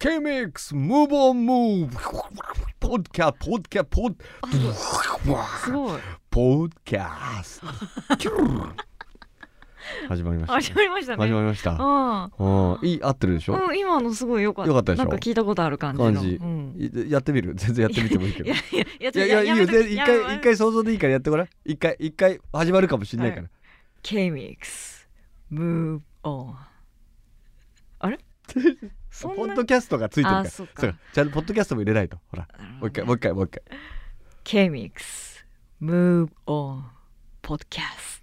KMX ムーブオンムーブポッキャポッキャポッすごい。ポッキャストキュー始まりました 始まりましたね。始まりましたううんいい合ってるでしょん。うん、今のすごい良かった。良かったでしょなんか聞いたことある感じの。感じうん、いやってみる 全然やってみてもいいけいどやいや、いやいやいやいいよめとで一や回め一回想像でいいからやってごらん一回一回始まるかもしれないから、 K-Mix Move On あれそポッんなドキャストがついてるからあそっかうちゃんとポッドキャストも入れないとほらもう一回もう一回もう一回 K-Mix Move On ポッドキャス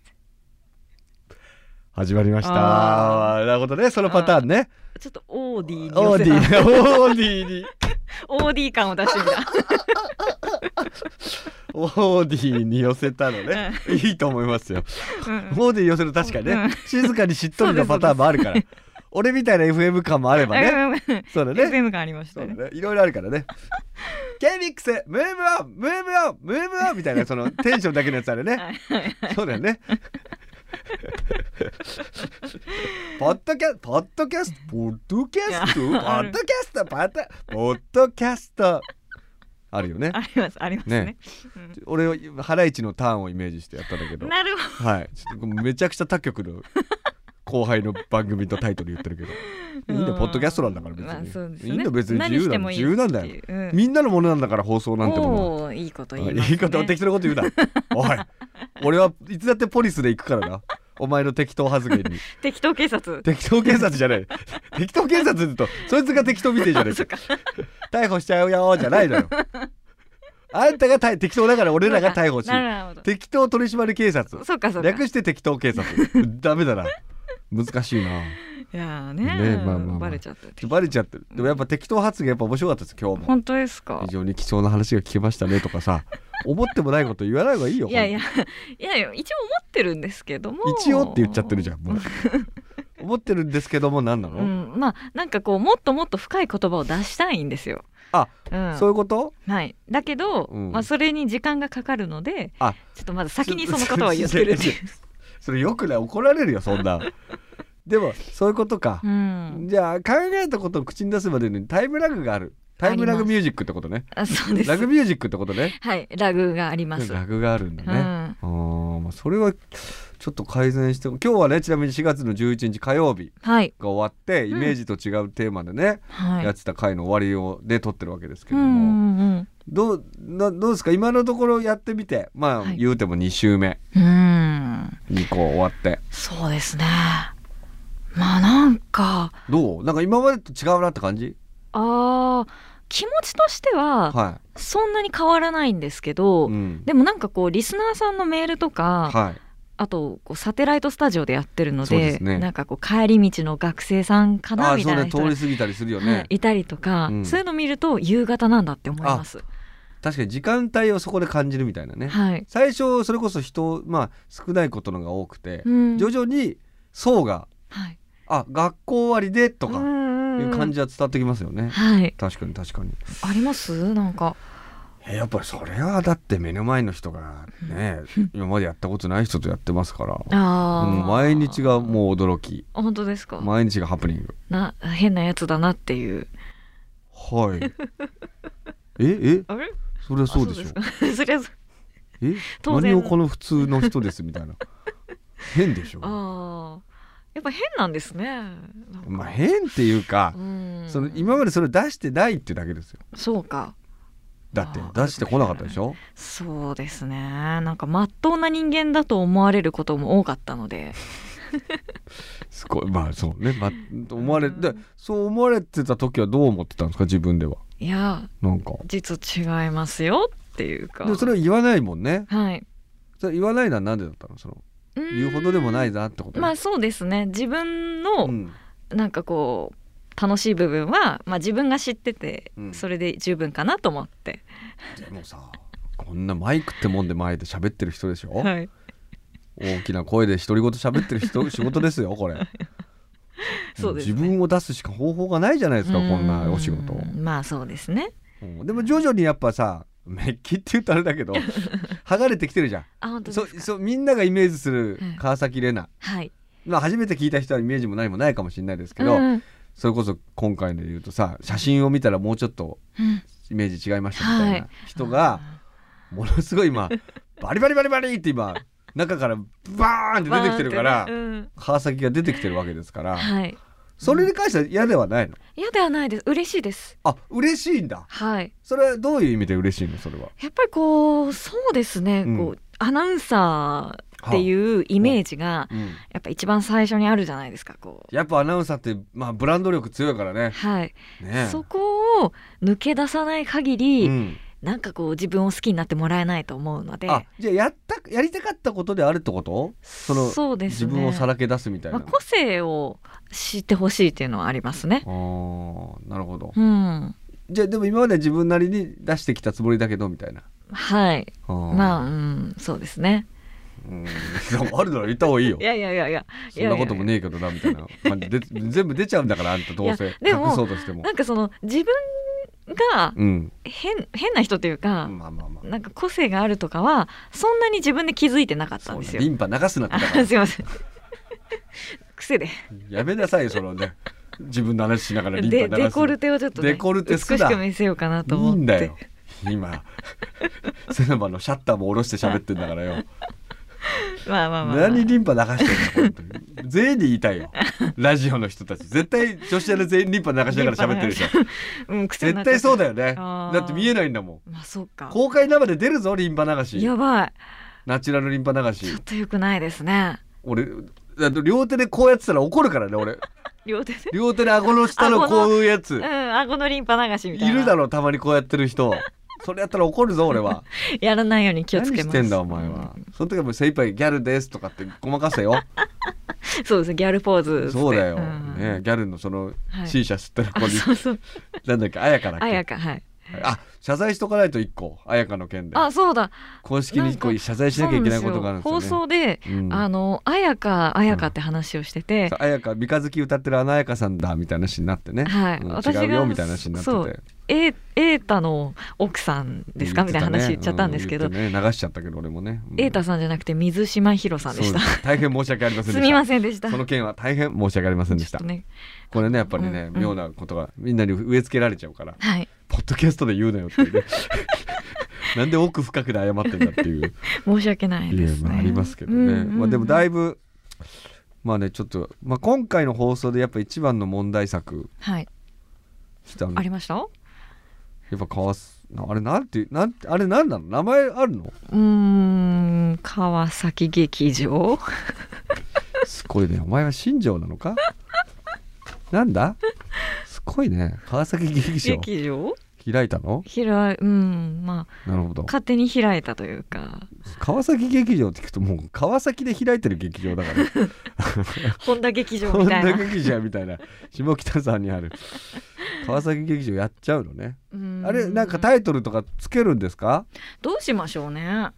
始まりましたあなるほどねそのパターンねトちょっとオーディにオ寄ーせディたーオーディーにオーディ感を出してみ たオーディーに寄せたのねいいと思いますようんオーディーに寄せる確かにね、うん静かにしっとりなパターンもあるから俺みたいな FM 感もあればねあごめんそうだごねめん FM 感ありましそたうだねね、いろいろあるからね。ケミックス、ムーブオン、ムーブオン、ムーブオンみたいな、そのテンションだけのやつあるね。はいはいそうだよね。ポッドキャスト、ポッドキャスト、ポッドキャスト、ポいやあッるドキャスト、パタ、ポッドキャスト。あるよねあ。りますありますねね俺はハライチのターンをイメージしてやったんだけうどん、。なるほはい、ちょっとめちゃくちゃ他局の。後輩の番組とタイトル言ってるけどど、いいんだよ、ポッドキャストなんだから別に。まあそうですねいいんだよ、別に自何し由てだもいい自由なんだよっ。ていううんみんなのものなんだから放送なんてものはおーいいこと言いますねいいこと適当な こと言う なおい俺はいつだってポリスで行くからなお前の適当発言 に適当警察適当警察じゃない適当警察って言うとそいつが適当見てんじゃないそかっか逮捕しちゃうよーじゃないのよあんたが逮適当だから俺らが逮捕しなるほど適当取締り警察そっかそっか略して適当 警察ダメだな難しいないやーねねまあまあまあバレちゃったってバレちゃってるでもやっぱ適当発言やっぱ面白かったです今日も本当ですか非常に貴重な話が聞けましたねとかさ思ってもないこと言わない方がいいよいやいやいやいや一応思ってるんですけども一応って言っちゃってるじゃんもう思ってるんですけども何なの、うん、まあなんかこうもっともっと深い言葉を出したいんですよ。あ、うん、そういうことはい。だけど、うんまあそれに時間がかかるので、あちょっとまだ先にそのことは言ってるって いう。それよくない怒られるよそんなでもそういうことかう、ん。じゃあ考えたことを口に出すまでにタイムラグがあるタイムラグミュージックってことねあ、そうですラ。グミュージックってことねはい、ラグがあります。ラグがあるんだうね、ん。あーまあそれはちょっと改善して今日はねちなみに4月の11日火曜日はい。が終わってイメージと違うテーマでね、はい。やってた回の終わりをで撮ってるわけですけうれどんも、うんどうなどうですか今のところやってみてまあ、はい言うても2週目うん。うん。にこう終わってそうですね。まあなんか、どうなんか今までと違うなって感じあー気持ちとしてははそんなに変わらないんですけど、い、うん、でもなんかこうリスナーさんのメールとか、はいあとこうサテライトスタジオでやってるのそうでですねなんかこう帰り道の学生さんかあなあみそたういなね人通が、り過ぎたりするよね、はいいたりとか、うんそういうの見ると夕方なんだって思います。確かに時間帯をそこで感じるみたいなね、はい、最初それこそ人まあ少ないことのが多くて、うん徐々に層がはい、あ学校終わりでととかいう感じは伝わってきますよね、はい、確かに確かにありますなんか、えやっぱりそれはだって目の前の人が ね、今までやったことない人とやってますからあーもう毎日がもう驚き本当ですか、毎日がハプニングな変なやつだなっていうはい ええあれそれはそうでしょあそうですか そりゃそうえ当何然をこの普通の人ですみたい な変でしょあーやっぱ変なんですねなんかまあ変っていうかう、んその今までそれ出してないってだけですよそうかだってあー出してこなかったでしょそうですねなんか真っ当な人間だと思われることも多かったので、すごいまあそうね、まあ、思われうんでそう思われてた時はどう思ってたんですか自分ではいやなんか実は違いますよっていうかでもそれは言わないもんねはいそれ言わないのはなんでだったのそのうーん言うほどでもないなってことまあそうですね自分うのんなんかこう楽しい部分は、まあ、自分が知ってて、うんそれで十分かなと思って、でもさこんなマイクってもんで前で喋ってる人でしょ、はい、大きな声で独り言喋ってる人仕事ですよこれ そうですね自分を出すしか方法がないじゃないですかこんなお仕事うーんまあそうですねうんでも徐々にやっぱさメッキって言うとあれだ けど剥がれてきてるじゃんあ本当でそすかそうみんながイメージするはい川崎玲奈、はいまあ、初めて聞いた人はイメージも何もないかもしれないですけど、うんそそれこそ今回で言うとさ写真を見たらもうちょっとうんイメージ違いましたみたいはな人が、ものすごい 今バリバリバリバリって今中からバーンって出てきてるかバらーンってね川崎が出てきてるわけですかうんらはいそれに関しては嫌ではないの嫌ではないです嬉しいですあ嬉しいんだはいそれはどういう意味で嬉しいのそれはやっぱりこうそうですね、うんこうアナウンサーってう、いうイメージがうんやっぱ一番最初にあるじゃないですかこうやっぱアナウンサーってまあブランド力強いからねはい、ねそこを抜け出さない限うり、ん、なんかこう自分を好きになってもらえないと思うのであじゃあやったやりたかったことであるってことそのうです自ね分をさらけ出すみたいまな、あ、個性を知ってほしいっていうのはありますね。あーなるほどうん、じゃあでも今まで自分なりに出してきたつもりだけどみたいなはい、あーまあ、うん、そうですね。うん でもあるなら言った方がいいよいやいやいやいや、そんなこともねえけどなみたいな感じで全部出ちゃうんだからあんたどういせやで隠もそうとしてもなんかその自分がうん変変な人っていうか、まあまあまあなんか個性があるとかはそんなに自分で気づいてなかったそんうですねよ。リンパ流すなってだからあすいません。癖でやめなさいよそのね自分の話しながらリでンパ流すデコルテをちょっと、ね、デコルテ美好しきだく見せようかないとい思って。んだよ今 セナバのシャッターも下ろして喋ってんだからよまあまあまあ、まあ。何リンパ流してんの本当に全員に言いたい よラジオの人たち絶対女子アナ全員リンパ流しながら喋ってるでしょ うん、癖にな絶っち対そゃったうだよねあーだって見えないんだもんまあそうか。公開生で出るぞリンパ流しやばい。ナチュラルリンパ流ちょしっと良くないですね。俺だって両手でこうやってたら怒るからね 俺両手で。両手で顎の下のこういうやうつん、顎のリンパ流しみたいいな。るだろたまにこうやってる人それやったら怒るぞ俺はやらないように気を何つけます。してんだお前はその時はもう精一杯ギャルですとかってごまかせようん。そうですね、ギャルポーズっつって。そうだよ、んね、ギャルのそのはい、シーシャ吸ってる子に、あそうそう。なんだっけ綾香だっけあやか、はい。あ謝罪しとかないと一個綾香の件であ、そうだ。公式に一個なん謝罪しなきゃいけないことがあるんですよ放ね送で、うんあの、あやか、あやかって話をしてて。そう綾香三日月歌ってるあの綾香さんだみたいな話になってね、はいうん私が違うよみたいな話になってそてうえ、えーたの奥さんですか、みたいな話言っちゃったんですけど。う言ってね流しちゃったけど俺もね、うんえーたさんじゃなくて、水島ひろさんでした。そうす大変申し訳ありません すでしたみませんでした。その件は大変申し訳ありませんでしちたょっとね。これねやっぱりね、うん妙なことがみんなに植え付けられちゃうからはい。ポッドキャストで言うなよって いうねなんで奥深くで謝ってんだっていう申し訳ないいでやすね。まあありますけどね、うんうんまあ、でもだいぶまあねちょっと、まあ、今回の放送でやっぱ一番の問題作はい。したのありましたうやっぱかわすなあれなんてなんてあれなんなの名前あるのーん川崎劇場すごいねお前は新庄なのかなんだすごいね川崎劇場劇場開いたの開いうんまあなるほど勝手に開いたというか川崎劇場って聞くともう川崎で開いてる劇場だから本田劇場本みたい田な劇場みたいな下北沢にある川崎劇場やっちゃうのねうんあれなんかタイトルとかつけるんですかどうしましょうねな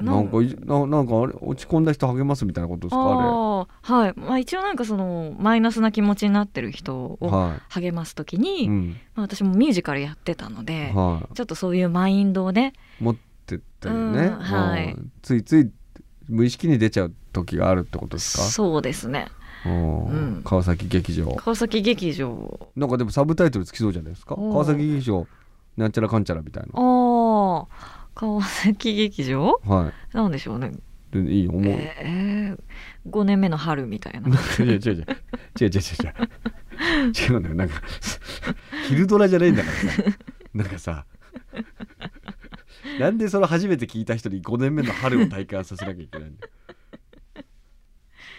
なんかいななんかあれ落ち込んだ人励ますみたいなことですかあああはいまあ一応なんかそのマイナスな気持ちになってる人れをは励ますときい、に、うんまあ、私もミュージカルやってたので、はい、ちょっとそういうマインドをね持ってったりね、うんはいうんついつい無意識に出ちゃう時があるってことですか、そうですねうんうん川崎劇場川崎劇場なんかでもサブタイトルつきそうじゃないですかおー川崎劇場なんちゃらかんちゃらみたいなああ川崎劇場はなんでしょうねいでいいよ思う、えー、5年目の春みたい な。いや違う違う違う違う違う違う違うのよなんか昼ドラじゃないんだからさなんかさなんでその初めて聞いた人に5年目の春を体感させなきゃいけないんだよ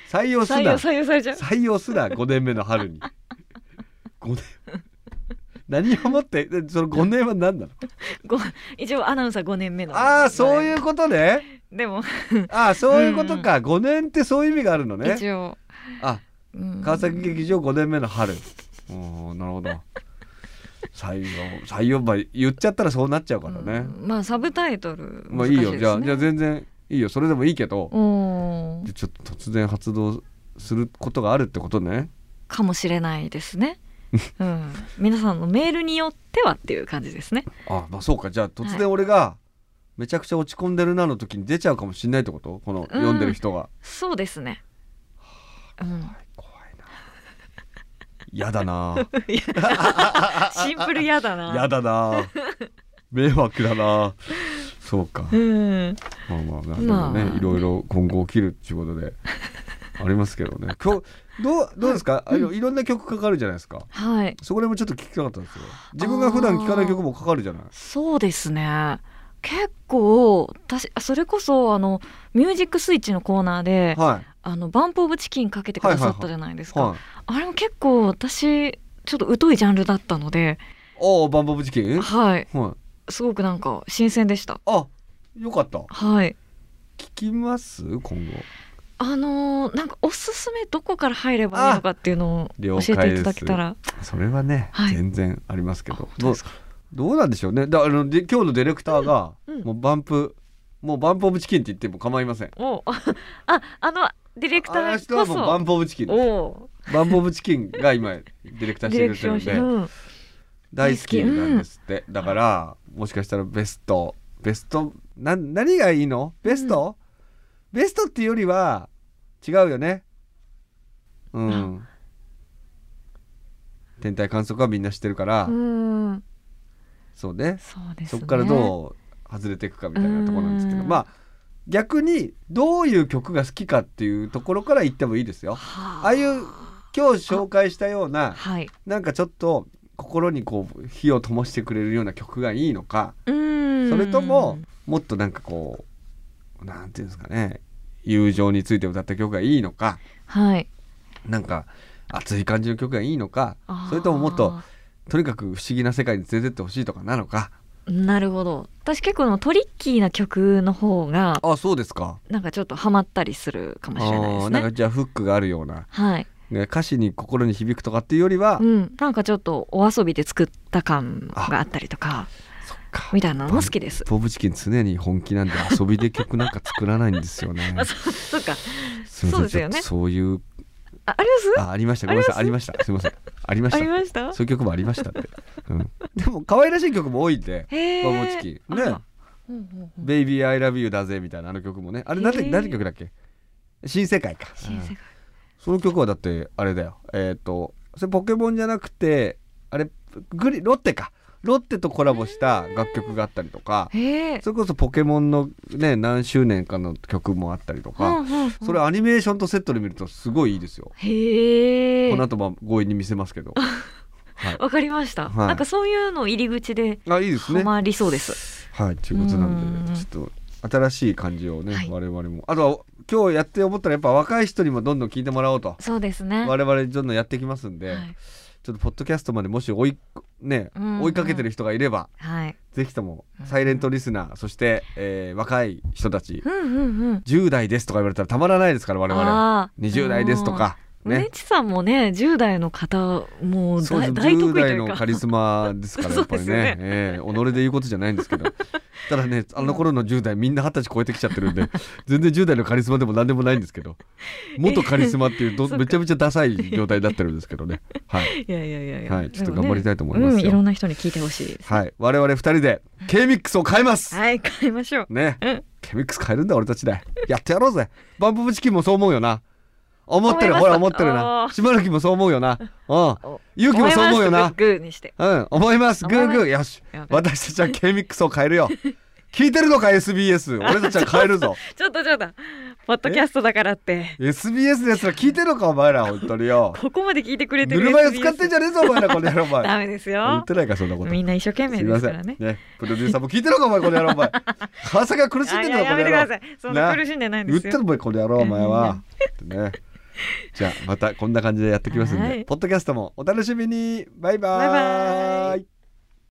採用す採用な採用されちゃう。採用すな5年目の春に5年何をもってでその5年は何なのご一応アナウンサー5年目の。ああそういうことねでも、ああそういうことか、5年ってそういう意味があるのね一応、あうん川崎劇場5年目の春おーなるほど採用採用ば言っちゃったらそうなっちゃうからね、うんまあサブタイトルまあ難しいいいです、ね。よじゃあじゃあ全然いいよそれでもいいけど、おーでちょっと突然発動することがあるってことねかもしれないで すね。うん、皆さんのメールによってはっていう感じですね。あまあそうかじゃあ突然俺がめちゃくちゃ落ち込んでるなの時に出ちゃうかもしれないってことこの読んでる人が、 そうですね。うん、怖いなやだな シンプルやだなやだな迷惑だなそうかうんまあまあなんでもね、まあいろいろ今後起きるっていうことで ありますけどね今日どうどうですか、あのいろんな曲かかるじゃないですかはいそこでもちょっと聞きたかったんですよ自分が普段聴かない曲もかかるじゃないそうですね結構私あそれこそあの「ミュージックスイッチ」のコーナーでは「あのバンプ・オブ・チキン」かけてくださったじゃないですいか、はいあれも結構私ちょっと疎いジャンルだったのでああバンバブ事件はいはいすごくなんか新鮮でしたあよかったはい聞きます今後あのーなんかおすすめどこから入ればいいのかっていうの了を教解えていただけたらそれはね、はい全然ありますけあど本当どでうすかどうなんでしょうねだあので今日のディレクターが、うんうんもうバンプもうバンプオブチキンって言っても構いませんおうああのディレクタあのー人はこもそうバンプオブチキンですおうバンプオブチキンが今ディレクタデーしィてくレクれシてョるンんでしてうん大好きなんですって、だからもしかしたらベストベストな何がいいのベスト、ベストっていうよりは違うよねうん天体観測はみんな知ってるから、うんそうねそうですそねこからどう外れていくかみたいなところなんですけどうんまあ逆にどういう曲が好きかっていうところから言ってもいいですよはああいう今日紹介したようなはいなんかちょっと心にこう火を灯してくれるような曲がいいのかうんそれとももっとなんかこうなんていうんですかね友情について歌った曲がいいのかはいなんか熱い感じの曲がいいのかあーそれとももっととにかく不思議な世界に連れてってほしいとかなのかなるほど私結構でもトリッキーな曲の方があそうですかなんかちょっとハマったりするかもしれないであーすなんねかじゃあフックがあるような、はいね、歌詞に心に響くとかっていうよりは、うん、なんかちょっとお遊びで作った感があったりとかそっかみたいなのも好きです。ポブチキン常に本気なんで遊びで曲なんか作らないんですよ ねあ、そそうか。すいませんそうですよねちょっとそういうあ、あります？あありましたごめんなさいありましたすいませんありましあたりました。そういう曲もありましたって、うん、でも 可愛らしい曲も多いんでへバンボチキンねあらうんうん「うん Baby I love you」だぜみたいなあの曲もねあれ何へてー何て曲だっけ新世界か新世うん界。その曲はだってあれだよえっ、とそれポケモンじゃなくてあれグリロッテかロッテとコラボした楽曲があったりとかへえ。それこそポケモンのね何周年かの曲もあったりとうんかうんうんそれアニメーションとセットで見るとすごいいいですよへえ。この後まあ強引に見せますけどはいわかりました。はいなんかそういうのを入り口であいいですハねマりそうです。はい、ということなんうで、んちょっと新しい感じをね、はい我々も。あとは、今日やって思ったら、やっぱ若い人にもどんどん聞いてもらおうと。そうですね。我々どんどんやってきますんで、はいちょっとポッドキャストまでもし追い、ね、うん追いかけてる人がいれば、はい。ぜひともう、んサイレントリスナー、そして、えー若い人たち、うんうんうん。 10代ですとか言われたらたまらないですから、我々。あー20代ですと。か、うんねね。ちさんもね、10代の方もうそうで大す大得意10と代いうのかカ。リスマですからやっぱりねそうですねええ己で言うことじゃないんです けどただねあの頃の10代みんな二十歳超えてきちゃってるんで全然10代のカリスマでも何でもないんですけ ど元カリスマっていうどそうかめちゃめちゃダサい状態になってるんですけど ねはい、いやいやいやいや。はい、ちょっとでも頑ね張りたいと思いますうん、いよ、ろんな人に聞いてほしいです。はい、我々二人で K ミックスを変えますはい、買い ましょう。ねうん K ミックス変えるんだ俺たちでやってやろうぜバンプブチキンもそう思うよな思ってる思いまほしたら思ってるおなー島貫もそう思うよなうんお勇気もそう思うよな思いますグーにして。 うん、思います。グーグー、よし了。解私たちは K ミックスを変え るよ。聞いてるのか SBS。俺たちは変えるぞ。ちょっとちょっと、ポッドキャストだからって、 SBS のやつら聞いてるのかお前ら、本当によ。ここまで聞いてくれてぬるるま湯使ってんじゃゃねえぞ、お前ら、この野郎、お前。ダメです言っよ。てないか、そんなこと。みんな一生懸す命いでますせかんらね。。ね、プロデューサーも聞いてるのか、お前、この野郎、 お前。川崎が苦しんあでいんやだろ、こやの野めてくだ郎さ。い。そんな苦しんでないん言でっすてよ。るもん、この野郎、お前は。ってね。じゃあ、またこんな感じでやってきますんはで、いポッドキャストもお楽しみに。バイババイバーーイ。